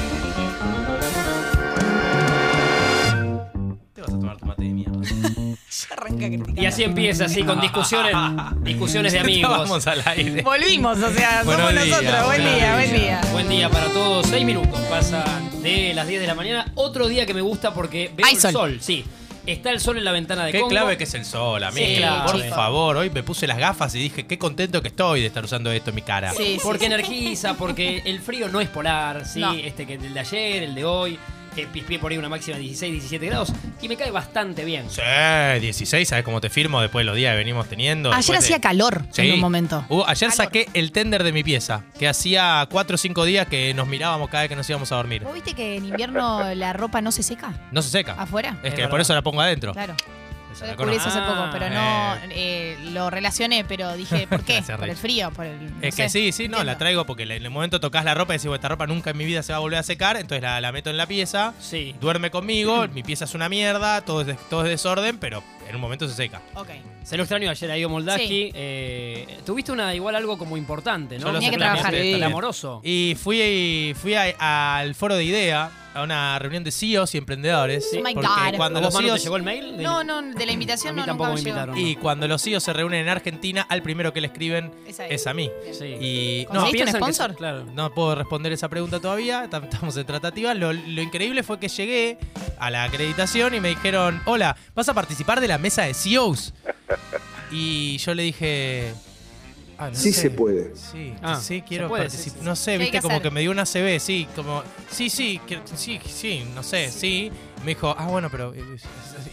nunca criticamos. Y así empieza, así, con discusiones, discusiones de amigos. Estábamos al aire. Volvimos, o sea, Buenos somos días, nosotros. Buen buenos día, buen días. día. Buen día para todos. Seis minutos pasan de las 10 de la mañana. Otro día que me gusta porque veo Hay el sol. sol. Sí, está el sol en la ventana de Qué Congo. clave que es el sol, amigo. Sí, claro. Por Sí. favor, hoy me puse las gafas y dije, qué contento que estoy de estar usando esto en mi cara. Sí, sí, Porque sí. energiza, porque el frío no es polar, ¿sí? No. Este que el de ayer, el de hoy. Eh, pispié por ahí una máxima de 16, 17 grados. Y me cae bastante bien. Sí, 16, ¿sabes cómo te firmo después de los días que venimos teniendo? Ayer Después de- hacía calor Sí. en un momento. Uh, ayer saqué el tender de mi pieza, que hacía 4 o 5 días que nos mirábamos cada vez que nos íbamos a dormir. ¿Vos viste que en invierno la ropa no se seca No se seca. afuera? Es Es que verdad. por eso la pongo adentro. Ah, Claro. Eh, Esa Yo la descubrí eso conozco. hace poco, pero no Ah. eh, lo relacioné, pero dije, ¿por qué? Se por ríe. el frío, por el. no Es sé. que sí, sí, no, la Entiendo. traigo porque en el momento tocas la ropa y decís, "Bueno, esta ropa nunca en mi vida se va a volver a secar, entonces la, la meto en la pieza, Sí. duerme conmigo, mi pieza es una mierda, todo es, des- todo es desorden, pero en un momento se seca. Ok. Se lo extrañó ayer a Ivo Moldaski. Sí. Eh, tuviste una igual algo como importante, ¿no? Yo lo Tenía que sé, trabajar. también, Sí. El también. amoroso. Y fui, fui a- al foro de idea, a una reunión de CEOs y emprendedores. Sí. Oh my porque God. cuando ¿A los vos, Manu, te CEOs llegó el mail? de- No, no, de la invitación A mí no tampoco nunca me llegó. invitaron. y cuando los CEOs se reúnen en Argentina, al primero que le escriben Esa es. es a mí. Sí. Y no, ¿Conseguiste un piensan que- sponsor? claro. No puedo responder esa pregunta todavía, tam- estamos en tratativa. Lo, lo increíble fue que llegué a la acreditación y me dijeron, hola, ¿vas a participar de la mesa de CEOs? Y yo le dije... "Ah, no Sí sé". se puede. Sí, Ah, sí, se quiero puede, sí, participar. sí. No sé, ¿Qué hay viste, que como hacer? que me dio una CB, sí, como, sí, sí, que- sí, sí, no sé, sí. Me dijo, ah, bueno, pero... eh,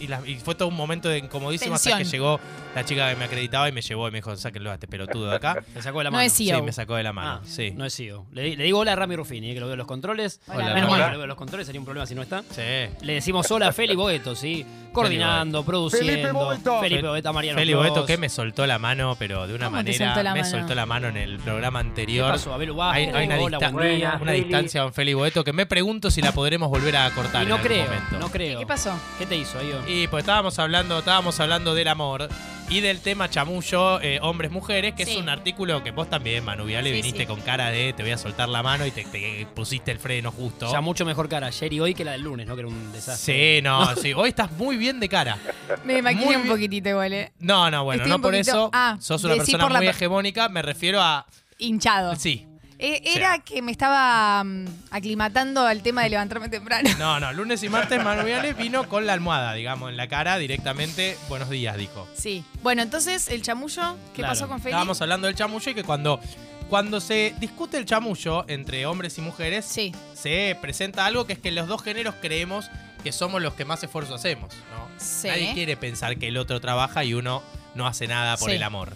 Y, la- y fue todo un momento de incomodísimo hasta que Tensión. llegó la chica que me acreditaba y me llevó y me dijo, sáquenlo a este pelotudo de acá. Te sacó de la No mano. es Sí, CEO. me sacó de la mano, Ah, sí. No he sido. Le, di- le digo hola a Rami Ruffini, eh, que lo veo en los controles. Hola, Hola, Menos Rami. mal que lo veo en los controles, sería un problema si no está. Sí. Le decimos hola a Feli Boeto, ¿sí? Coordinando, produciendo. Felipe Boeto. Felipe Boeto, a Mariano Feli Clos. Boeto que me soltó la mano, pero de una ¿Cómo te manera. soltó la me mano? soltó la mano en el programa ¿Qué anterior. pasó? Abel Vázquez, Hay, hay una, hola, distan- buen día. una distancia con Feli Boeto que me pregunto si la podremos volver a cortar. Y no en algún creo, momento. no creo. ¿Qué pasó? ¿Qué te hizo, Ayo? Y pues estábamos hablando, estábamos hablando del amor y del tema chamullo eh, hombres mujeres, que es Sí. un artículo que vos también, Manu Viale, Sí, viniste sí. con cara de te voy a soltar la mano y te, te pusiste el freno justo. Ya mucho mejor cara ayer y hoy que la del lunes, ¿no? Que era un desastre. Sí, no, sí. Hoy estás muy bien de cara. Me Muy maquillé un bien. poquitito igual, ¿eh? No, no, bueno, Estoy no un por poquito- eso. ah, sos una decí persona por la muy per- hegemónica, me refiero a. Hinchado. Sí. Eh, era sea. que me estaba mm, aclimatando al tema de levantarme temprano. No, no, lunes y martes Manu Viale vino con la almohada, digamos, en la cara directamente. Buenos días, dijo. Sí. Bueno, entonces, el chamullo, ¿qué Claro, pasó con Feli? Estábamos hablando del chamullo y que cuando, cuando se discute el chamullo entre hombres y mujeres, Sí. se presenta algo que es que los dos géneros creemos que somos los que más esfuerzo hacemos, ¿no? Sí. ¿eh? Nadie quiere pensar que el otro trabaja y uno no hace nada por Sí. el amor.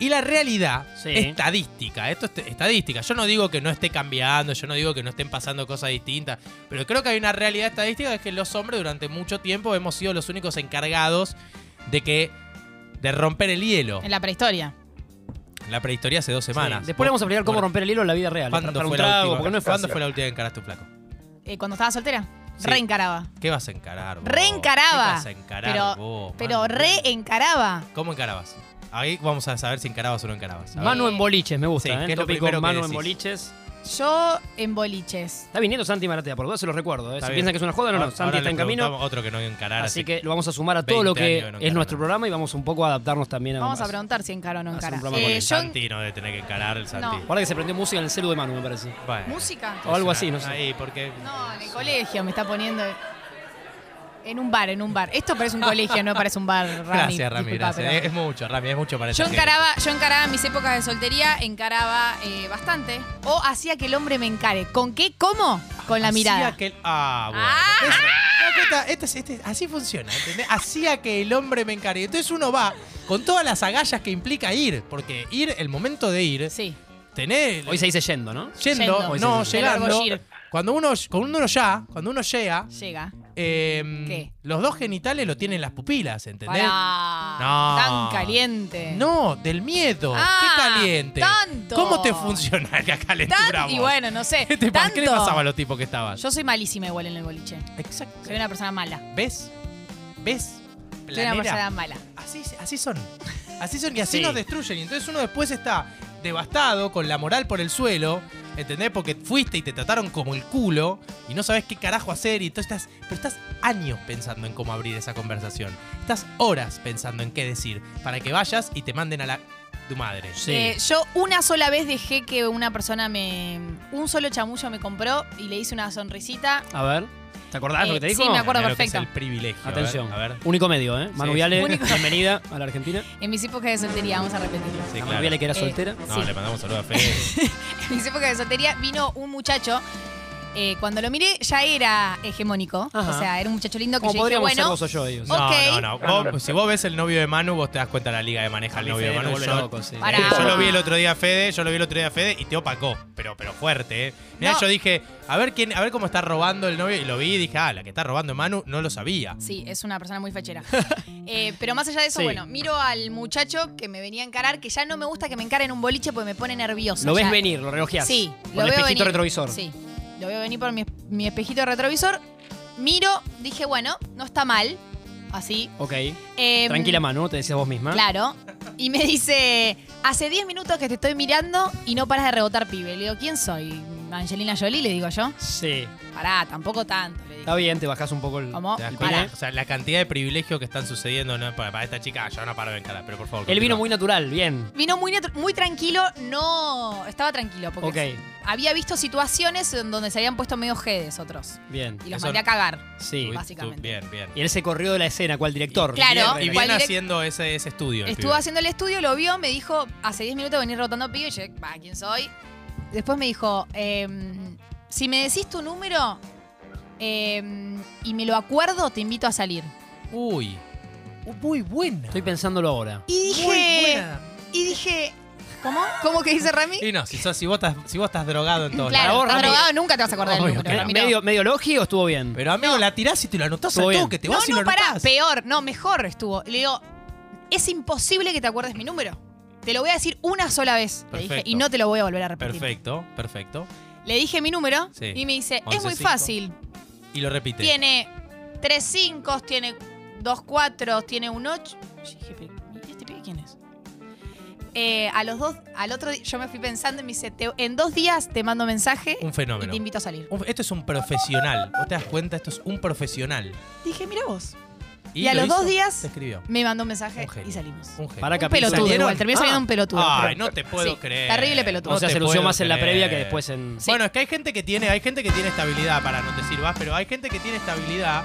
Y la realidad Sí. estadística, esto es te- estadística, yo no digo que no esté cambiando, yo no digo que no estén pasando cosas distintas, pero creo que hay una realidad estadística que es que los hombres durante mucho tiempo hemos sido los únicos encargados de que de romper el hielo. En la prehistoria. La prehistoria hace dos Sí. semanas. Después le vamos a explicar cómo Bueno, romper el hilo en la vida real. ¿Cuándo Tratar un fue, la trago, última, porque no es ¿Cuándo fácil. fue la última que encaraste un flaco? Eh, cuando estaba soltera. Sí. Reencaraba. ¿Qué vas a encarar? vos? Reencaraba. ¿Qué vas a encarar Pero- vos, Pero Manu? reencaraba. ¿Cómo encarabas? Ahí vamos a saber si encarabas o no encarabas. A ver. Manu en boliches, me gusta, Sí, ¿eh? que es lo Tópico, primero que Manu en decís. boliches. Yo en boliches. Está viniendo Santi Maratea, por dos se los recuerdo. ¿eh? Está Si bien. piensan que es una joda, no, no. Ahora- Santi ahora está le en camino. preguntamos Otro que no encarara. Así que lo vamos a sumar a todo lo 20 que años no es nuestro encaran. programa y vamos un poco a adaptarnos también a Vamos a nomás. preguntar si encara o no Hacer un encara. programa Con Eh, el yo en- Santi no debe tener que encarar el Santi. No. Ahora que se prendió música en el celu de Manu, me parece. Bueno. ¿Música? O algo así, no sé. Ahí, porque. No, en el colegio me está poniendo. En un bar, en un bar. Esto parece un colegio, no parece un bar, Rami. Gracias, Rami. Disculpa, gracias. Eh, pero- Es, es mucho, Rami, es mucho para este Yo esta gente. encaraba, yo encaraba mis épocas de soltería, encaraba eh, bastante. O hacía que el hombre me encare. ¿Con qué? ¿Cómo? Con la Hacía mirada. que el- ah, bueno. Ah. Es- no, que esta- esta es- este- así funciona, ¿entendés? Hacía que el hombre me encare. Entonces uno va con todas las agallas que implica ir, porque ir, el momento de ir, Sí. tener. Hoy se dice yendo, ¿no? yendo, Yendo. no, Hoy se dice. llegando. El argollir. Cuando uno, cuando uno ya, cuando uno llega, Llega. eh, ¿Qué? los dos genitales lo tienen las pupilas, ¿entendés? Pará. No. Tan caliente. No, del miedo. Ah, ¡Qué caliente! tanto. ¿Cómo te funciona la calentura? Tan- y vos? bueno, no sé. ¿Qué, te, pa- tanto. Este, ¿Qué le pasaba a los tipos que estaban? Yo soy malísima igual en el boliche. Exacto. Soy una persona mala. ¿Ves? ¿Ves? Soy una Planera. persona mala. Así, así son. Así son y así Sí. nos destruyen. Y entonces uno después está devastado, con la moral por el suelo, ¿entendés? Porque fuiste y te trataron como el culo y no sabes qué carajo hacer y tú estás, pero estás años pensando en cómo abrir esa conversación. Estás horas pensando en qué decir para que vayas y te manden a la tu madre. Sí. Eh, yo una sola vez dejé que una persona me. Un solo chamullo me compró y le hice una sonrisita. A ver, ¿te acordás lo Eh, que te dijo? sí, me acuerdo Mira Ah, lo que es perfecto. el privilegio. A ver, Atención. A ver. Único medio, ¿eh? Manu Sí. Viale, Único. bienvenida a la Argentina. En mis épocas de soltería, vamos a repetirlo. Sí, a Manu claro. Viale que era Eh, soltera. No, Sí. le mandamos saludos a Fede. En mis épocas de soltería vino un muchacho. eh, cuando lo miré ya era hegemónico. Ajá. O sea, era un muchacho lindo que Como yo dije, podríamos ser bueno. vos o yo, ellos. No, Ok. No, no, no. Vos- si vos ves el novio de Manu, vos te das cuenta de la liga de maneja el novio de Manu. Yo, Pará. yo lo vi el otro día a Fede, yo lo vi el otro día a Fede y te opacó, pero, pero fuerte, eh. Mirá, No. yo dije, a ver quién, a ver cómo está robando el novio, y lo vi y dije, ah, la que está robando es Manu, no lo sabía. Sí, es una persona muy fachera. Eh, pero más allá de eso, Sí. bueno, miro al muchacho que me venía a encarar, que ya no me gusta que me encaren un boliche porque me pone nerviosa. Lo ves ya. venir, lo relojeás. Sí, Con lo el veo espejito venir. retrovisor. Sí, lo veo venir por mi, mi espejito retrovisor. Miro, dije, bueno, no está mal. Así. Ok. Em, Tranquila, Manu, te decías vos misma. Claro. Y me dice, hace 10 minutos que te estoy mirando y no paras de rebotar pibe. Le digo, ¿quién soy? Angelina Jolie, le digo yo. Sí. Pará, tampoco tanto. Le digo. Está bien, te bajás un poco el. ¿Cómo? ¿Te das Y cuenta? pará. O sea, la cantidad de privilegios que están sucediendo ¿no? para, para esta chica, yo no paro de encarar, pero por favor. Él vino continúa. muy natural, bien. Vino muy, natu- muy tranquilo, no. Estaba tranquilo, porque Ok. había visto situaciones en donde se habían puesto medio jedes otros. Bien. Y los Eso- mandé a cagar. Sí. Tú- tú- básicamente. Bien, bien. Y él se corrió de la escena, ¿cuál director? Y- claro. Y Bien, ¿Cuál viene direct- haciendo ese, ese estudio. el Estuvo pibe. haciendo el estudio, lo vio, me dijo, hace 10 minutos venís rotando pibe, y yo, va, ¿quién soy? Después me dijo, ehm, si me decís tu número ehm, y me lo acuerdo, te invito a salir. Uy. Muy buena. Estoy pensándolo ahora. Y dije, y dije, ¿cómo? ¿Cómo que dice Rami? Y no, si, sos- si, vos estás, si vos estás drogado en todos lados. claro, vos, estás Rami. drogado, nunca te vas a acordar del Obvio, número. claro. Rami, no. ¿Medio, medio logi o estuvo bien? Pero amigo, la tirás y te lo anotás Todo al bien. toque, te No, vas y no, lo pará, anotás. peor, no, mejor estuvo. Le digo, es imposible que te acuerdes mi número. Te lo voy a decir una sola vez, le dije, Perfecto. y no te lo voy a volver a repetir. Perfecto, perfecto. Le dije mi número Sí. y me dice, es 11, muy cinco. fácil. Y lo repite. Tiene tres cinco, tiene dos cuatro, tiene un ocho. Yo dije, "Pero, ¿y este pibe quién es? Eh, a los dos, al otro día, yo me fui pensando y me dice, "Te- en dos días te mando mensaje Un y fenómeno. te invito a salir. Un- Esto es un profesional. ¿Vos te das cuenta? Esto es un profesional. Dije, mira vos. Y a lo los dos hizo, días- Te escribió. Me mandó un mensaje Un genio. y salimos. Un genio. Para Un pelotudo ¿Salieron? Ah. igual, terminé Ah. saliendo un pelotudo. Ay, pero- no te puedo Sí, creer. terrible pelotudo. O sea, No se te lució puedo más en la creer. previa que después en. Sí. Bueno, es que hay gente que tiene, hay gente que tiene estabilidad para no te sirvas, pero hay gente que tiene estabilidad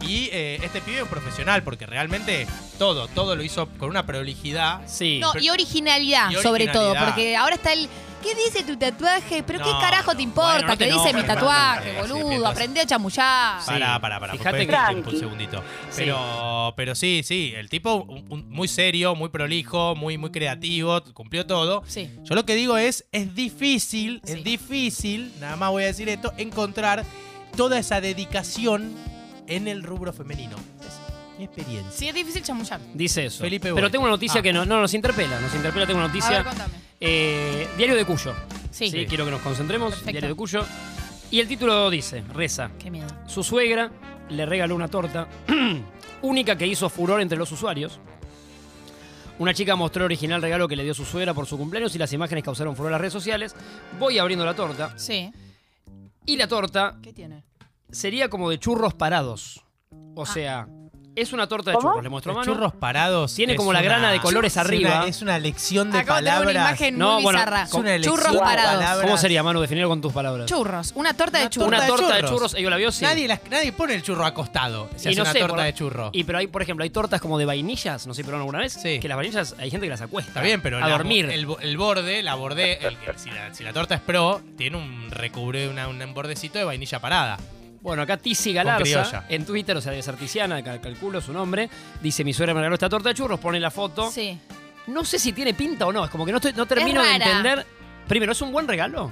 y eh, este pibe es un profesional porque realmente todo, todo lo hizo con una prolijidad. Sí. No, y originalidad, Y sobre todo, originalidad. porque ahora está el. ¿Qué dice tu tatuaje? ¿Pero qué No, carajo te no. importa? Bueno, no te ¿Qué dice mi enojes, tatuaje, no, no, no, no, boludo? no, no. Aprendí a chamullar. Sí. Pará, pará, pará. Fíjate Fíjate que- este Un segundito. Pero, pero sí, sí. El tipo un- un- muy serio, muy prolijo, muy, muy creativo, cumplió todo. Sí. Yo lo que digo es, es difícil, Sí. es difícil, nada más voy a decir esto, encontrar toda esa dedicación en el rubro femenino. Es mi experiencia. Sí, es difícil chamullar. Dice eso. Felipe Pero Boy. tengo una noticia Ah. que no, no nos interpela. Nos interpela, tengo una A ver, noticia. contame. Eh, Diario de Cuyo. Sí. Sí, quiero que nos concentremos. Perfecto. Diario de Cuyo. Y el título dice, reza, Qué miedo. su suegra le regaló una torta única que hizo furor entre los usuarios. Una chica mostró el original regalo que le dio su suegra por su cumpleaños y las imágenes causaron furor en las redes sociales. Voy abriendo la torta. Sí. Y la torta ¿Qué tiene? sería como de churros parados. O sea, es una torta de churros, le muestro a Los mano. churros parados. Tiene es como la grana de colores es una- arriba. Es una lección de Acabo de tener palabras. una imagen No, muy bueno, bizarra. es una elección Churros de parados. palabras. ¿Cómo sería, Manu? Definirlo con tus palabras. Churros. Una torta de Una churros. una torta de churros. churros. Ellos la vio, sí. Nadie, las- nadie pone el churro acostado. Se Y hace no una sé, torta por- de churro. Y pero hay, por ejemplo, hay tortas como de vainillas, no sé, pero alguna vez, Sí. que las vainillas hay gente que las acuesta. Está bien, pero a la- dormir. El, bo- el borde, la borde, el- el- si, la, si la torta es pro, tiene un recubre, una- un bordecito de vainilla parada. Bueno, acá Tizi criolla. Galarza en Twitter, o sea, de Sarticiana, cal- calculo su nombre, dice mi suegra me regaló esta torta de churros, pone la foto. Sí. No sé si tiene pinta o no, es como que no, estoy- no termino de rara. entender. Primero, ¿es un buen regalo?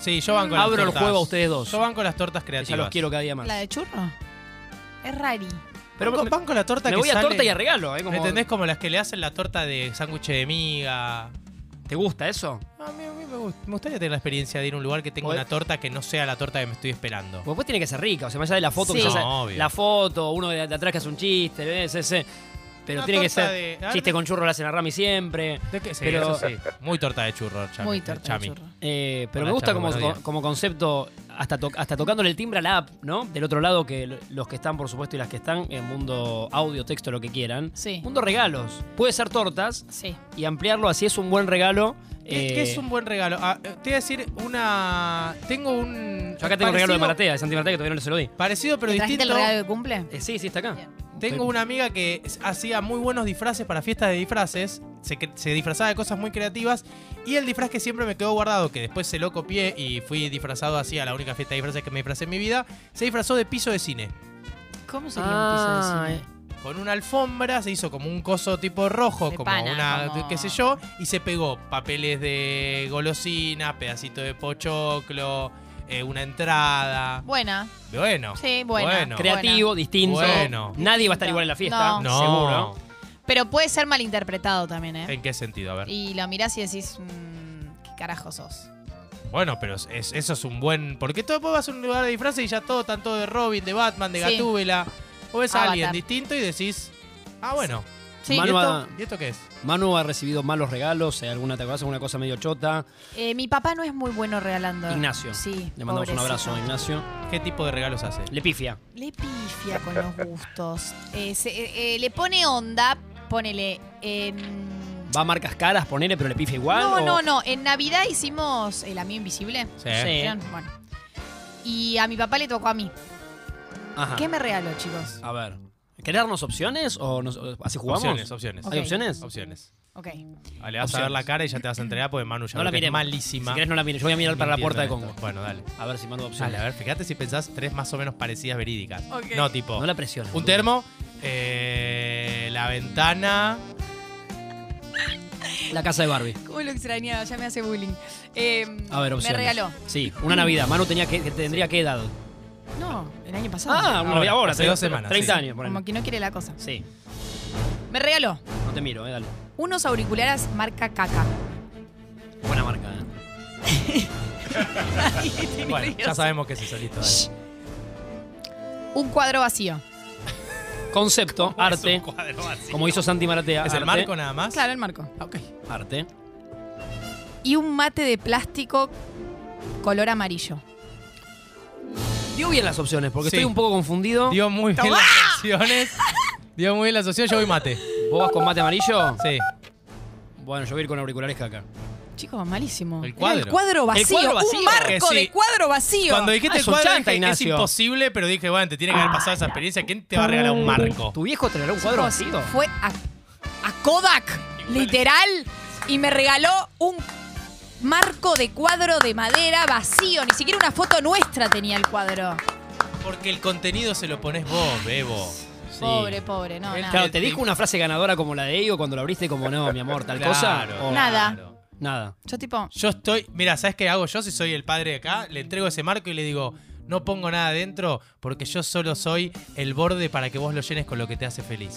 Sí, yo van con Abro las el tortas. juego a ustedes dos. Yo van con las tortas creativas. Ya los quiero cada día más. ¿La de churro? Es rari. Pero Van con- me- van con la torta me que voy a sale- torta y a regalo, ¿eh? Como, ¿Me entendés? Como las que le hacen la torta de sándwich de miga. ¿Te gusta eso? A mí, a mí me, gust- me gustaría tener la experiencia de ir a un lugar que tenga Podés- una torta que no sea la torta que me estoy esperando. Porque después tiene que ser rica, o sea, más allá de la foto Sí. que se hace- No, obvio. La foto, uno de, de atrás que hace un chiste, ¿ves? Ese- Pero Una tiene que torta ser de carne. chiste con churro la hacen a Rami siempre. ¿De qué? Sí, Pero- eso sí. Muy torta de churro, Chami. Muy torta de Chami. churro. Eh, pero Hola, me gusta Chami, como, buenos días. como concepto, hasta, to- hasta tocándole el timbre a la app, ¿no? Del otro lado, que lo- los que están, por supuesto, y las que están, en mundo audio, texto, lo que quieran. Sí. Mundo regalos. Puede ser tortas Sí. y ampliarlo así es un buen regalo. ¿Qué, eh, qué es un buen regalo? Ah, eh, te iba a decir una. Tengo un. yo acá tengo un regalo de parecido- Maratea, de Santi Maratea, que todavía no se lo di. Parecido pero ¿Te trajiste el distinto. regalo de cumple? Eh, sí, sí, está acá. Bien. Tengo una amiga que s- hacía muy buenos disfraces para fiestas de disfraces. Se, cre- se disfrazaba de cosas muy creativas. Y el disfraz que siempre me quedó guardado, que después se lo copié y fui disfrazado así a la única fiesta de disfraces que me disfracé en mi vida, se disfrazó de piso de cine. ¿Cómo sería Ah, un piso de eh. cine? Con una alfombra, se hizo como un coso tipo rojo, De como pana, una, como- qué sé yo, y se pegó papeles de golosina, pedacito de pochoclo, eh, una entrada. Buena. Bueno, Sí, buena. Bueno. Creativo, distinto. Bueno. Nadie va a estar igual en la fiesta. No. no. Seguro. Pero puede ser malinterpretado también, ¿eh? ¿En qué sentido? A ver. Y lo mirás y decís, mm, ¿qué carajo sos? Bueno, pero es- eso es un buen. Porque tú después vas a un lugar de disfraces y ya todo, están todos de Robin, de Batman, de Sí. Gatúbela. O ves a Avatar. alguien distinto y decís, ah, bueno. Sí. ¿Y, Manu- esto, ¿y esto qué es? Manu ha recibido malos regalos, eh, alguna, ¿te acordás? Alguna cosa medio chota. Eh, mi papá no es muy bueno regalando. Ignacio. Sí. Le mandamos un abrazo a pobrecito. Ignacio. ¿Qué tipo de regalos hace? Le pifia. Le pifia con los gustos. Eh, se- eh, eh, le pone onda, ponele. en- Va a marcas caras, ponele, pero le pifia igual. no, o- no, no. En Navidad hicimos el amigo invisible. Sí. Sí. ¿Vieron? Bueno. Y a mi papá le tocó a mí. Ajá. ¿Qué me regaló, chicos? A ver. ¿Querés darnos opciones o nos- o así jugamos? Opciones, opciones. Ok. ¿Hay opciones? Opciones. Ok. Ah, Le vas a Opciones. ver la cara y ya te vas a entregar porque Manu ya No veo la que es miremos. Si malísima. querés no la mires. Yo voy a mirar para la puerta de Mintiendo en Congo. esto. Bueno, dale. A ver si mando opciones. Dale, a ver, fíjate si pensás tres más o menos parecidas verídicas. Ok. No, tipo, No la presiones. un termo, eh, la ventana. La casa de Barbie. ¿Cómo lo extrañaba? Ya me hace bullying. Eh, A ver, Me opciones. regaló. Sí, una Navidad. Manu tenía que, que tendría que edad. No, el año pasado. Ah, una Navidad ahora. hace tre- dos semanas, 30 sí. años, Como ponele. que no quiere la cosa. Sí, Me regaló no te miro, eh, dale. unos auriculares marca caca. Buena marca. eh. Bueno, ya sabemos que se saliste. dale. Shh. Un cuadro vacío. Concepto, Es arte. un cuadro vacío. Como hizo Santi Maratea. ¿Es el arte. marco nada más? Claro, el marco. Ah, ok. Arte. Y un mate de plástico color amarillo. Dio bien las opciones, porque Sí. estoy un poco confundido. Dio muy bien las opciones. Dio muy bien las opciones. Yo voy mate. ¿Vos vas con mate amarillo? Sí. Bueno, yo voy a ir con auriculares caca. Chicos, malísimo. El Era cuadro. cuadro vacío. El cuadro vacío. Un marco Que sí. de cuadro vacío. Cuando dijiste Ah, el es un cuadro, dije, chanta, es Ignacio. imposible, pero dije, bueno, te tiene que haber pasado esa experiencia. ¿Quién te va a regalar un marco? ¿Tu viejo traerá un cuadro Chicos, vacío? Fue a, a Kodak, literal, y me regaló un marco de cuadro de madera vacío. Ni siquiera una foto nuestra tenía el cuadro. Porque el contenido se lo pones vos, Bebo. Sí. Pobre, pobre, no, El nada. Claro, ¿te dijo una frase ganadora como la de Ego cuando la abriste como no, mi amor, tal cosa? Oh. Claro, O- Nada. claro. Nada. Yo tipo, Yo estoy. Mira, ¿sabes qué hago yo? Si soy el padre de acá, le entrego ese marco y le digo. No pongo nada adentro porque yo solo soy el borde para que vos lo llenes con lo que te hace feliz.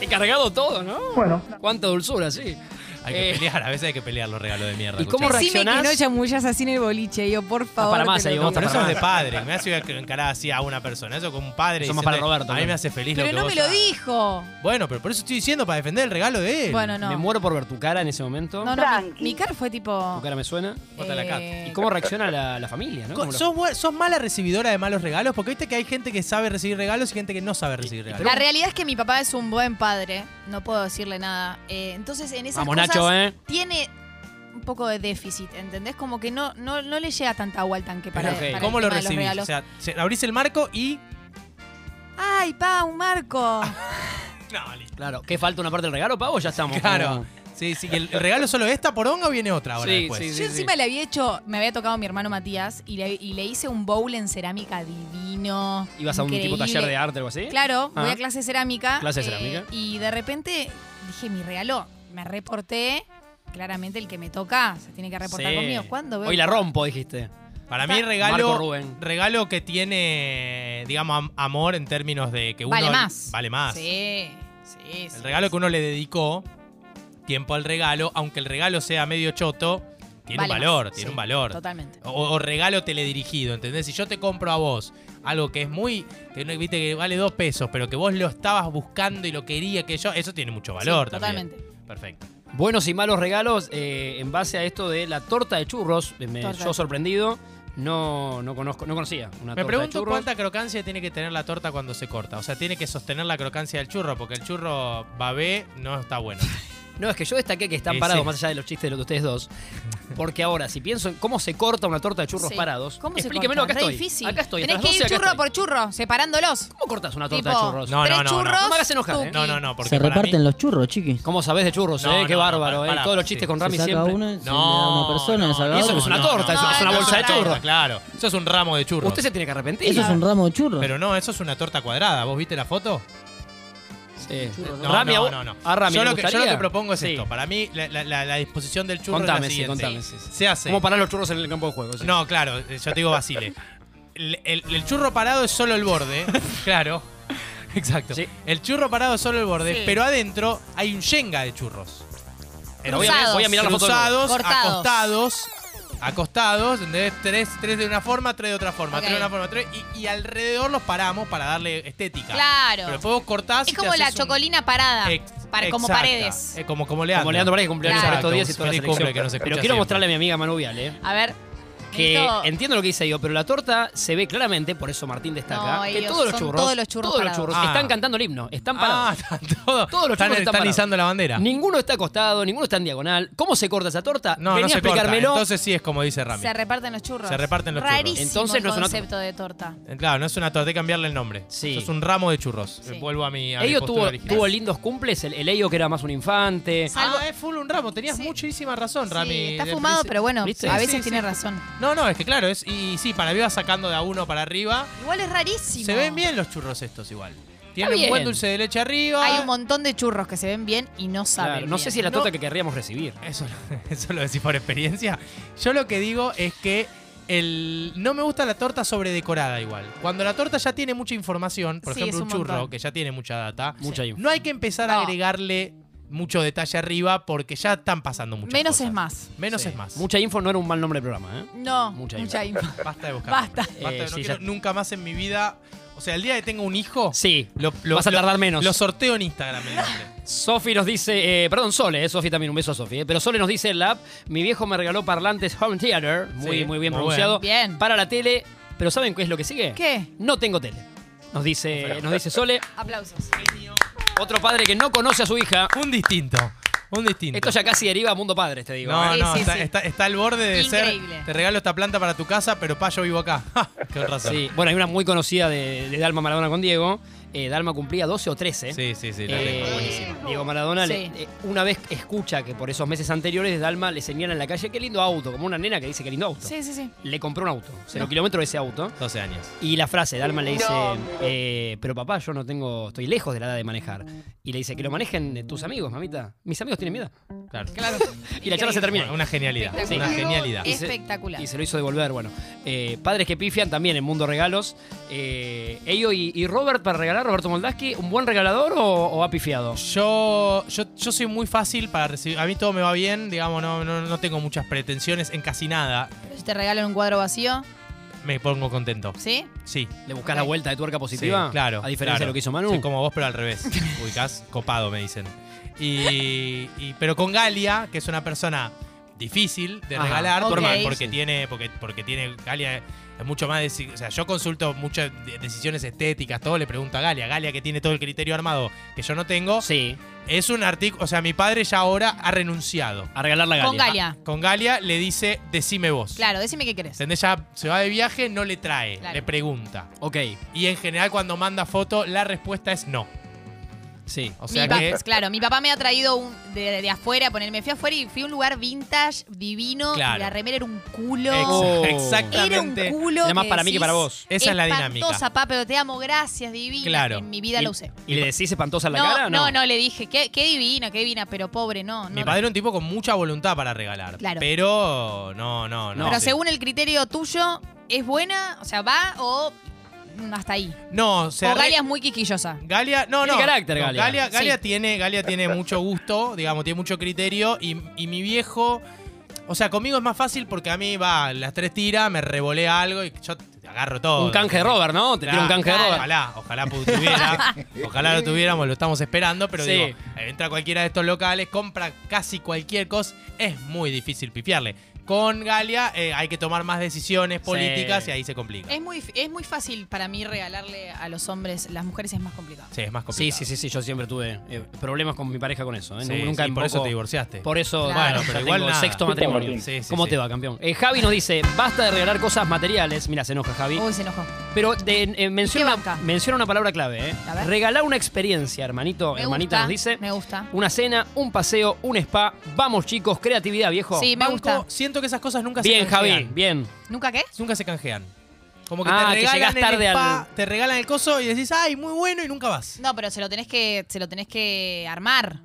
He cargado todo, ¿no? Bueno. Cuánta dulzura, sí. Hay que Eh, pelear, a veces hay que pelear los regalos de mierda. ¿y cómo escuchá. decime que reaccionás? no chamullás así en el boliche. Yo, por favor. Ah, para más, te lo ahí pido. vos Pero para eso es de más. padre. Me hace encarar así a una persona. Eso con un padre. Somos diciéndole, para Roberto, A mí claro. me hace feliz lo Pero que no vos me lo hagas". dijo. Bueno, pero por eso estoy diciendo, para defender el regalo de él. Bueno, no. Me muero por ver tu cara en ese momento. No, no, mi, mi cara fue tipo. Tu cara me suena. Bota la cat. eh, ¿Y cómo reacciona la, la familia, no? Co- Como los- ¿Sos, buen- sos mala recibidora de malos regalos? Porque viste que hay gente que sabe recibir regalos y gente que no sabe recibir regalos. La realidad es que mi papá es un buen padre, no puedo decirle nada. Eh, entonces, en esas Vamos, cosas Nacho, ¿eh? tiene un poco de déficit, ¿entendés? Como que no, no, no le llega tanta agua al tanque para, Ok. para el Eh, ¿Cómo lo tema de los recibís? O regalos. sea, se- abrís el marco y. ¡Ay, pa, un marco! No, listo. Claro. ¿Qué falta una parte del regalo, Pavo? Ya estamos. Claro. como- Sí, sí. ¿y ¿El el regalo solo esta poronga o viene otra ahora Sí, después? sí, sí. Yo encima le había hecho, me había tocado mi hermano Matías y le, y le hice un bowl en cerámica divino. ¿Ibas a un tipo increíble. taller de arte o algo así? Claro, voy Ah. a clase de cerámica. eh, Clase de cerámica. Y de repente dije, mi regalo, me reporté. Claramente el que me toca se tiene que reportar Sí. conmigo. ¿Cuándo veo? Hoy la rompo, dijiste. Para mí, Está- Marco regalo, Rubén. regalo que tiene, digamos, am- amor en términos de que uno. Vale más. Vale más. Sí, sí. sí. El regalo que uno le dedicó tiempo al regalo, aunque el regalo sea medio choto, tiene Vale un más. valor, tiene Sí, un valor. Totalmente. O, o regalo teledirigido, ¿entendés? Si yo te compro a vos algo que es muy. que no- viste que vale dos pesos, pero que vos lo estabas buscando y lo quería que yo. Eso tiene mucho valor Sí, también. Totalmente. Perfecto. Buenos y malos regalos eh, en base a esto de la torta de churros. eh, Me- Torta de yo sorprendido. No, no conozco, no conocía una Me torta de pregunto churros. cuánta crocancia tiene que tener la torta cuando se corta. O sea, tiene que sostener la crocancia del churro, porque el churro babé no está bueno. No, es que yo destaqué que están Eh, parados, sí. más allá de los chistes de los de ustedes dos. Porque ahora, si pienso en cómo se corta una torta de churros Sí. parados, ¿Cómo se explíquemelo, corta? acá Re estoy. difícil. Acá estoy. Tenés hasta que las ir 12 acá churro estoy. por churro, separándolos. ¿Cómo cortas una torta Tipo, de churros? No. tres churros. No me hagas enojar, ¿eh? No, no, no, porque Se para reparten mí- los churros, chiquis. ¿Cómo sabés de churros, No, eh? no, Qué no, bárbaro, para- eh. para- Todos los sí. chistes con Se Rami saca siempre. una, se le da a No, una persona, no, se saca y eso otra. es una torta, eso es una bolsa de churros. Claro, eso es un ramo de churros. Usted se tiene que arrepentir. Eso es un ramo de churros. Pero no, eso es una torta cuadrada. ¿Vos viste la foto? Sí. Churros, No, Rami, no, a vos- no, no. a Rami, yo, ¿le lo que, yo lo gustaría? que propongo es Sí. esto. Para mí, la, la- la- la disposición del churro Contame, es sí, la siguiente. contame, sí, sí. Se hace. ¿Cómo parar los churros en el campo de juego? sí. No, claro, eh, yo te digo Basile. El, el- el churro parado es solo el borde. claro. Exacto. Sí. El churro parado es solo el borde, Sí. pero adentro hay un yenga de churros. Pero voy, a, Cruzados. voy a mirar la foto. de nuevo. cruzados, Cortados. acostados, acostados, ¿entendés? Tres, tres de una forma, tres de otra forma, Ok. tres de una forma, tres, y, y alrededor los paramos para darle estética. Claro. Pero después vos cortás y Es te como la haces un- chocolina parada. Ex- para, como exacta. paredes. Eh, como, como Leandro. Como Leandro Paredes que cumpleaños Claro. ahora estos días y toda la Feliz cumple, selección. que nos escucha Pero quiero siempre. mostrarle a mi amiga Manu Vial, eh. A ver. Que necesito- entiendo lo que dice yo, pero la torta se ve claramente, por eso Martín destaca, No, que ellos todos los son churros, todos los churros todos los parados. churros Ah. están cantando el himno, están Ah, parados. están todos. Todos los están, churros están están izando la bandera. Ninguno está acostado, ninguno está en diagonal. ¿Cómo se corta esa torta? no, Vení no a se corta. explicármelo. Entonces sí es como dice Rami. Se reparten los churros. Se reparten los churros. Rarísimo Entonces no es el una concepto de torta. Eh, Claro, no es una torta, hay que cambiarle el nombre. Sí. Eso es un ramo de churros. Sí. Eh, Vuelvo a mi. A mi Ellos postura tuvo, original. tuvo lindos cumples, el, el Eyo que era más un infante. Salvo- Ah, es full un ramo. Tenías Sí. muchísima razón, Sí, Rami. está del fumado, principio. pero bueno, ¿Viste? a Sí, veces sí, tiene sí. razón. No, no, es que claro, es, y sí, para mí va sacando de a uno para arriba. Igual es rarísimo. Se ven bien los churros estos igual. Tienen bien. un buen dulce de leche arriba. Hay un montón de churros que se ven bien y no saben. Claro, no sé si es la bien. torta que querríamos recibir. Eso, eso lo decís por experiencia. Yo lo que digo es que el, no me gusta la torta sobredecorada igual. Cuando la torta ya tiene mucha información, por Sí, ejemplo es un un churro montón. que ya tiene mucha data, Mucha info. no hay que empezar a No. agregarle mucho detalle arriba porque ya están pasando muchas Menos cosas. es más. Menos Sí. es más. Mucha info no era un mal nombre de programa, ¿eh? No, Mucha mucha, info. Basta de buscar. Basta. Basta, Eh, no sí, quiero ya- nunca más en mi vida. O sea, el día que tenga un hijo, Sí. lo, lo- Vas a lo- tardar menos. Lo sorteo en Instagram. el nombre. Sofi nos dice, eh, perdón, Sole, eh, Sofi también un beso a Sofi, eh, pero Sole nos dice en la app, mi viejo me regaló parlantes Home Theater, muy, Sí, muy bien muy pronunciado, Bien. para la tele, pero ¿saben qué es lo que sigue? ¿Qué? No tengo tele. Nos dice, nos dice Sole, Aplausos. otro padre que no conoce a su hija. Un distinto. Un distinto. Esto ya casi deriva a mundo padres, te digo. eh. No, Sí, no, sí, está, sí. está- está al borde de Increíble. ser. Te regalo esta planta para tu casa, pero pa, yo vivo acá. Ah, Con razón. Sí, bueno, hay una muy conocida de, de Dalma Maradona con Diego. Eh, Dalma cumplía 12 o 13. sí, sí, sí, la Eh, tengo. Diego Maradona le- Sí. eh, una vez escucha que por esos meses anteriores Dalma le señala en la calle qué lindo auto, como una nena que dice qué lindo auto. Sí, sí, sí. Le compró un auto, cero kilómetros de ese auto. 12 años. Y la frase, Dalma le dice, eh, pero papá, yo no tengo, estoy lejos de la edad de manejar. Y le dice, que lo manejen eh, tus amigos, mamita. Mis amigos tienen miedo. Claro. Claro. Y la charla se termina. Una genialidad. Una Espectacular. genialidad. Y se- Espectacular. Y se lo hizo devolver, bueno. Eh, padres que pifian también en Mundo Regalos. Eh, Ello y, y Robert para regalar, Roberto Moldaski, ¿un buen regalador o, o ha pifiado? Yo, yo, yo soy muy fácil para recibir. A mí todo me va bien, digamos, no, no, no tengo muchas pretensiones en casi nada. Si te regalan un cuadro vacío, Me pongo contento. ¿sí? Sí. ¿Le buscas Ok. la vuelta de tuerca sí, positiva? claro. A diferencia de claro. lo que hizo Manu. Soy como vos, pero al revés. Ubicás, copado, me dicen. Y, y- pero con Galia, que es una persona difícil de Ajá, regalar, tu porque, hermano. porque Sí. tiene, porque, porque tiene Galia es mucho más, deci- o sea, yo consulto muchas de- decisiones estéticas, todo le pregunto a Galia, Galia que tiene todo el criterio armado que yo no tengo, Sí, es un artículo, o sea, mi padre ya ahora ha renunciado. a regalar la Galia. Con Galia. Con Galia le dice, decime vos. Claro, decime qué querés. ¿Entendés? Ya se va de viaje, no le trae, Claro. le pregunta. Ah, ok, Y en general cuando manda foto, la respuesta es no. sí. O sea Mi pa- que Claro, mi papá me ha traído un, de, de afuera, ponerme fui afuera y fui a un lugar vintage, divino, Claro. y la remera era un culo. Ex- Oh. Era un Exactamente. culo. Era más para mí que para vos. Esa es la dinámica. Espantosa, papá, pero te amo, gracias, divina. Claro. En mi vida la usé. ¿Y le decís espantosa en la no, cara? o no, no, le dije, qué, qué divina, qué divina, pero pobre, no. no, Mi no. padre era un tipo con mucha voluntad para regalar. Claro. Pero no, no, no. pero sí. según el criterio tuyo, ¿es buena? O sea, ¿va o mm, hasta ahí? No, se o arre- Galia es muy quisquillosa. Galia, no, Tiene no. carácter, No, Galia. Galia, Galia Sí. tiene, Galia tiene mucho gusto, digamos, tiene mucho criterio. Y, y mi viejo O sea, conmigo es más fácil porque a mí va las tres tiras, me revolea algo y yo te agarro todo. Un canje de Robert, ¿no? Te tira un Ah, Claro, canje de claro. Robert. Ojalá, ojalá pu- tuviera. ojalá lo tuviéramos, lo estamos esperando, pero Sí. digo, eh, entra a cualquiera de estos locales, compra casi cualquier cosa, es muy difícil pifiarle. Con Galia eh, hay que tomar más decisiones políticas Sí. y ahí se complica. Es muy, es muy fácil para mí regalarle a los hombres, las mujeres es más complicado. Sí, es más Sí, complicado. sí, sí, sí, yo siempre tuve eh, problemas con mi pareja con eso. ¿eh? Sí, Nunca sí, por eso invoco- te divorciaste. Por eso, Claro. bueno, Bueno, pero pero igual nada. sexto matrimonio. Sí, sí, ¿Cómo sí. te va, campeón? Eh, Javi nos dice, basta de regalar cosas materiales. Mira, se enoja Javi. Uy, se enojó. Pero de- eh, menciona, ¿Qué banca? menciona una palabra clave, ¿eh? A ver. Regalar una experiencia, hermanito. Me hermanita gusta, nos dice. Me gusta. Una cena, un paseo, un spa. Vamos, chicos, creatividad, viejo. Sí, me Banco, gusta. Siento que esas cosas nunca Bien, se canjean. Javi, bien. ¿Nunca qué? Nunca se canjean. Como que Ah, te que llegás regalan tarde el spa, al- te regalan el coso y decís, ay, muy bueno y nunca vas. No, pero se lo tenés que, se lo tenés que armar.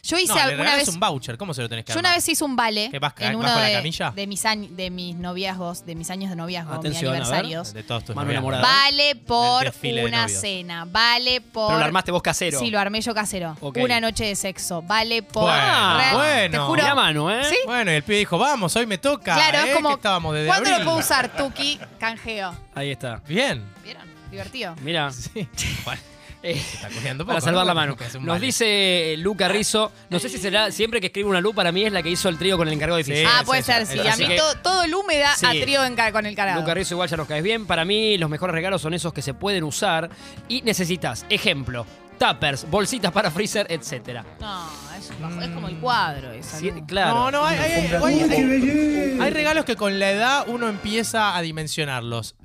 Yo hice No, le una regalás vez. un voucher, ¿cómo se lo tenés que Yo una armar? vez hice un vale ¿Qué, vas ca- en vas uno con la de, camilla? de mis años, de mis noviazgos, de mis años de noviazgo, Atención, a mis ver. aniversarios. De todos tus Mano noviazgos. enamorada. Vale por El desfile de una novios. cena, vale por Pero lo armaste vos casero. Sí, lo armé yo casero. Ok. Una noche de sexo, vale por Bueno, Real- bueno. te juro. Ah, Mirá, Manu, ¿eh? Sí. Bueno, y el pibe dijo, vamos, hoy me toca. Claro, ¿eh? es como Que estábamos desde ¿Cuándo abril. lo puedo usar Tuki canjeo? Ahí está. Bien. ¿Vieron? Divertido. Mira. Sí. Bueno, Eh, se está cogiendo poco, Para salvar ¿no? la mano. Que hace un Nos vale. dice Luca Rizzo. No sé si será siempre que escribe una Lu, para mí es la que hizo el trío con el encargado de Sí. oficina. ah, es puede esa, ser, es sí. esa. A mí Así que- todo, todo el húmeda da Sí. a trío en ca- con el carado. Luca Rizzo igual ya nos caes bien. Para mí, los mejores regalos son esos que se pueden usar y necesitas, ejemplo, tuppers, bolsitas para freezer, etc. No, es, un bajo- es como el cuadro esa. Sí, ¿no? claro. No, no, hay, hay- hay- hay- Uy, qué belleza. hay regalos que con la edad uno empieza a dimensionarlos.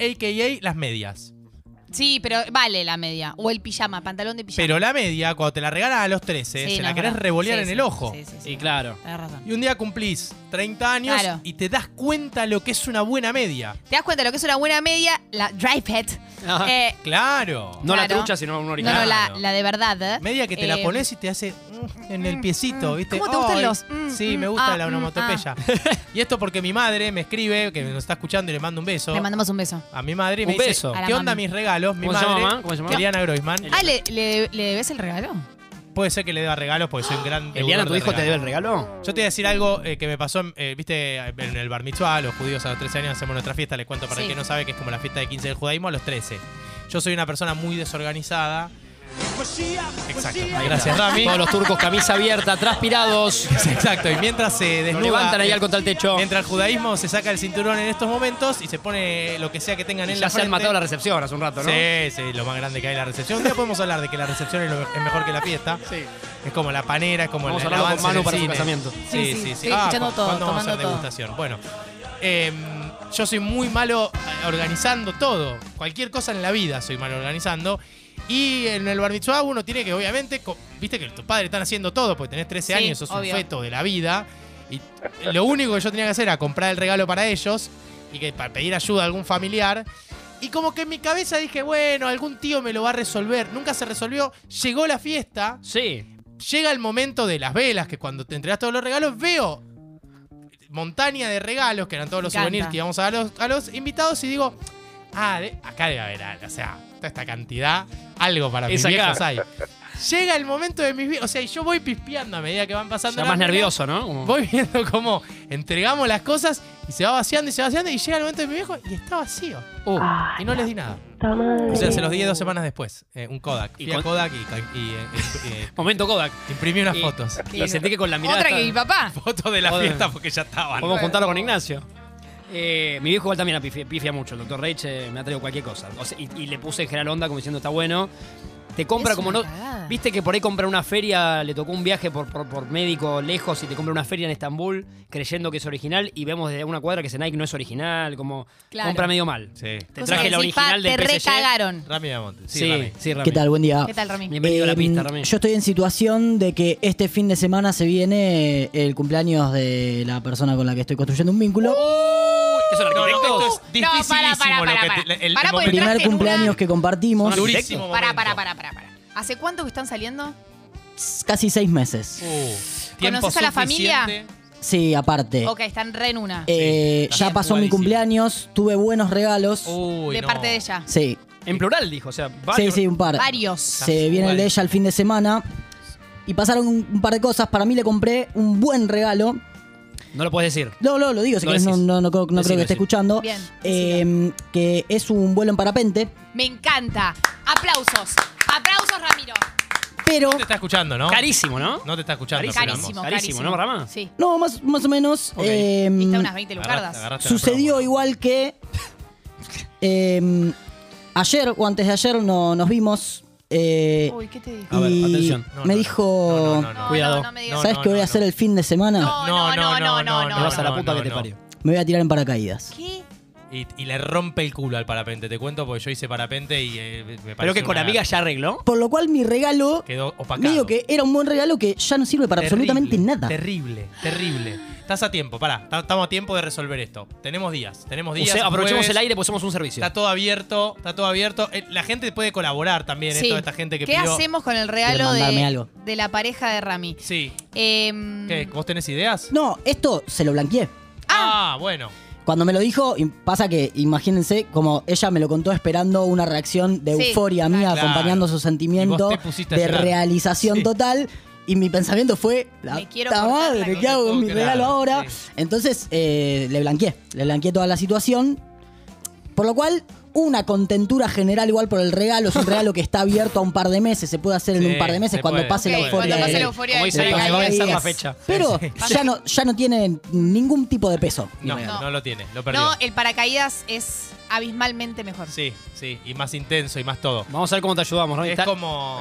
AKA las medias. Sí, pero vale la media. O el pijama, pantalón de pijama. Pero la media, cuando te la regalan a los 13, Sí, se no, la es querés verdad. revolear Sí, en sí, el ojo. Sí, sí, sí. Y claro. Tenés razón. Y un día cumplís 30 años Claro. y te das cuenta lo que es una buena media. ¿Te das cuenta lo que es una buena media? La dry pet. Ajá. Eh, Claro. No la Claro. trucha, sino un no, original. no, la, claro. la de verdad. ¿eh? Media que te la Eh, pones y te hace mm, en el piecito, mm. ¿viste? ¿Cómo te gustan Ay, los mm, Sí, mm, me gusta ah, la mm, onomatopeya. Y esto porque mi madre me escribe, que nos está escuchando y le mando un beso. Le mandamos un beso. A mi madre y me Un dice, beso. A la ¿qué onda mami. mis regalos? Mi ¿Cómo se madre, llama, mamá? ¿Cómo se llama? Eliana Groisman. Ah, ¿le, le, le debes el regalo? Puede ser que le deba regalos porque soy un gran... Eliana, deudor ¿tu de hijo te debe regalos. el regalo? Yo te voy a decir algo eh, que me pasó, eh, viste, en el bar mitzvah, los judíos a los 13 años hacemos nuestra fiesta, les cuento para Sí. el que no sabe que es como la fiesta de 15 del judaísmo a los 13. Yo soy una persona muy desorganizada. Exacto. Gracias, Rami. Todos los turcos, camisa abierta, transpirados. Exacto, y mientras se Lo desnuda... eh, levantan ahí al contra el techo. Mientras el judaísmo se saca el cinturón en estos momentos y se pone lo que sea que tengan Y en ya la se han frente. matado la recepción hace un rato, ¿no? Sí, sí, lo más grande que hay en la recepción. Un día podemos hablar de que la recepción es, lo- es mejor que la fiesta. Sí. Es como la panera, es como Vamos el, a el hablar avance con Manu del para su cine. casamiento. Sí, sí, estoy escuchando Ah, ¿cu- todo, ¿Cuándo vamos a hacer tomando todo. degustación? Bueno, eh, yo soy muy malo eh, organizando todo. Cualquier cosa en la vida soy malo organizando. Y en el bar mitzvah uno tiene que, obviamente, co- viste que tus padres están haciendo todo, porque tenés 13 Sí, años, sos obvio. un feto de la vida. Y lo único que yo tenía que hacer era comprar el regalo para ellos y que para pedir ayuda a algún familiar. Y como que en mi cabeza dije, bueno, algún tío me lo va a resolver. Nunca se resolvió. Llegó la fiesta, Sí. llega el momento de las velas, que cuando te entregas todos los regalos, veo montaña de regalos, que eran todos los Me encanta. souvenirs que íbamos a dar a los, a los invitados, y digo, ah, de- acá debe haber algo, o sea, toda esta cantidad, algo para mis Es acá. viejos hay. Llega el momento de mis viejos, o sea, y yo voy pispeando a medida que van pasando. Ya las más velas, nervioso, ¿no? Como- Voy viendo cómo entregamos las cosas y se va vaciando y se va vaciando y llega el momento de mi viejo y está vacío. Uh, Y no les di nada. Puta madre. O sea, se los di dos semanas después. eh, un Kodak. Y Fui a con- Kodak y, y, eh, eh, momento Kodak. imprimí unas Y- fotos. Y sentí que con la mirada. Otra está- que mi papá. fotos de la Joder. fiesta porque ya estaban. Podemos juntarlo con Ignacio. Eh, mi viejo igual también la pifia, pifia mucho. El doctor Reich eh, me ha traído cualquier cosa. O sea, y, y le puse en general onda como diciendo, está bueno. Te compra Es como una no... cagada. Viste que por ahí compra una feria, le tocó un viaje por, por, por médico lejos y te compra una feria en Estambul creyendo que es original y vemos desde una cuadra que ese Nike no es original, como Claro. compra medio mal. Sí. Te Cosas traje que la decís, pa, original del Te PSG. recagaron. Rami Diamonte. Sí, Sí, Rami. sí, Rami. ¿Qué tal? Buen día. ¿Qué tal, Rami? Bienvenido a la Eh, pista, Rami. Yo estoy en situación de que este fin de semana se viene el cumpleaños de la persona con la que estoy construyendo un vínculo. ¿Eso es No, no, arquitectos? esto es No, dificilísimo para, para, lo que para, te- para. el Para, porque momento- entraste Primer en una- cumpleaños que compartimos. Son durísimo Pará, momento. pará, pará, pará, pará. ¿Hace cuánto que están saliendo? Casi seis meses. Uh, tiempo ¿Conoces a la familia? suficiente. Sí, Eh. aparte. Ok, están re en una. Sí, Eh, Oh. ya también pasó mi jugadísimo. cumpleaños, tuve buenos regalos. Uy, de no. parte de ella. Sí, En plural dijo, o sea, sí, varios- sí, un par. Varios. Se viene el de ella el fin de semana. Y pasaron un un par de cosas. Para mí le compré un buen regalo. No lo puedes decir. No, no, lo digo, si Lo querés, no, decís. no, no creo- no creo Decilo, que esté decilo. escuchando. Bien, Eh, que es un vuelo en parapente, Me encanta. Aplausos. Aplausos, Ramiro. pero. No te está escuchando, ¿no? Carísimo, ¿no? No te está escuchando. Carísimo. Carísimo, Carísimo, ¿no, Rama? Sí. No, más, más o menos. Ok. eh, Viste unas 20 Mm. Agarraste- lucardas. agarraste la sucedió promo. igual que. eh, ayer o antes de ayer no, nos vimos. eh, Uy, ¿qué te dijo? A ver, y atención. No, me no, dijo. no, no, no, no. No, Cuidado. no, no me digas. ¿Sabes no, qué voy no, a hacer no. el fin de semana? No, no, no, no, no, Te vas a la no, puta que te no. parió. Me voy a tirar en paracaídas. ¿Qué? Y, y le rompe el culo al parapente, te cuento, porque yo hice parapente y eh, me Pero pareció que con una- amigas ya arregló. Por lo cual mi regalo. quedó opacado. Medio que era un buen regalo que ya no sirve para Terrible, absolutamente nada. Terrible, terrible. Estás a tiempo, pará. ta- Estamos a tiempo de resolver esto. Tenemos días, tenemos días. Use- aprovechemos jueves, el aire porque somos un servicio. Está todo abierto, está todo abierto. Eh, La gente puede colaborar también, Sí. esto de esta gente que ¿Qué pidió. hacemos con el regalo Quiero mandarme de, algo. de la pareja de Rami? Sí. Em, ¿Qué? ¿Vos tenés ideas? No, esto se lo blanqueé. Ah, bueno. Cuando me lo dijo, y pasa que imagínense como ella me lo contó esperando una reacción de Sí, euforia mía, claro. acompañando su Y vos sentimiento te pusiste a de llorar. realización Sí. total. Y mi pensamiento fue, la Me quiero puta cortar la madre, ¿qué cabeza. hago No con mi puedo creer, regalo ahora? sí. Entonces eh, le blanqueé, le blanqueé toda la situación. Por lo cual, una contentura general igual por el regalo. Es un regalo que está abierto a un par de meses, se puede hacer en Sí, un par de meses se cuando puede. pase Ok, la euforia. Cuando del- pase la euforia Como del dice alguien, regalo. que va a Ahí vencer la es. fecha. Pero ya no, ya no tiene ningún tipo de peso. mi No, regalo. no, No. lo tiene, lo perdió. No, eh. el paracaídas es abismalmente mejor. Sí, sí, y más intenso y más todo. Vamos a ver cómo te ayudamos, ¿no? Es Está- como.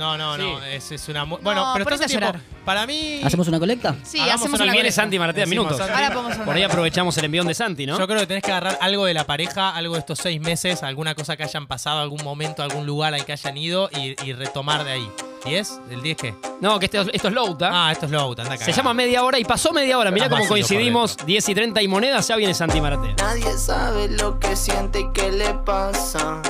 No, no, no. Sí. Es, es una. mu- Bueno, No, pero ponete estás a a tiempo. llorar. Para mí. ¿Hacemos una colecta? Sí, Hagamos hacemos una- Y una viene colecta. Santi Maratea en Decimos, minutos. Santi. Ahora podemos hacer Por ahí una. aprovechamos el envión de Santi, ¿no? Yo creo que tenés que agarrar algo de la pareja, algo de estos seis meses, alguna cosa que hayan pasado, algún momento, algún lugar al que hayan ido y, y retomar de ahí. ¿10? ¿El 10 qué? No, que esto, esto es Louta. Ah, esto es Lowt, anda Se llama media hora y pasó media hora. Mirá Jamás cómo se lo coincidimos. 10 y 30 y monedas. Ya viene Santi Maratea. Nadie sabe lo que siente y qué le pasa.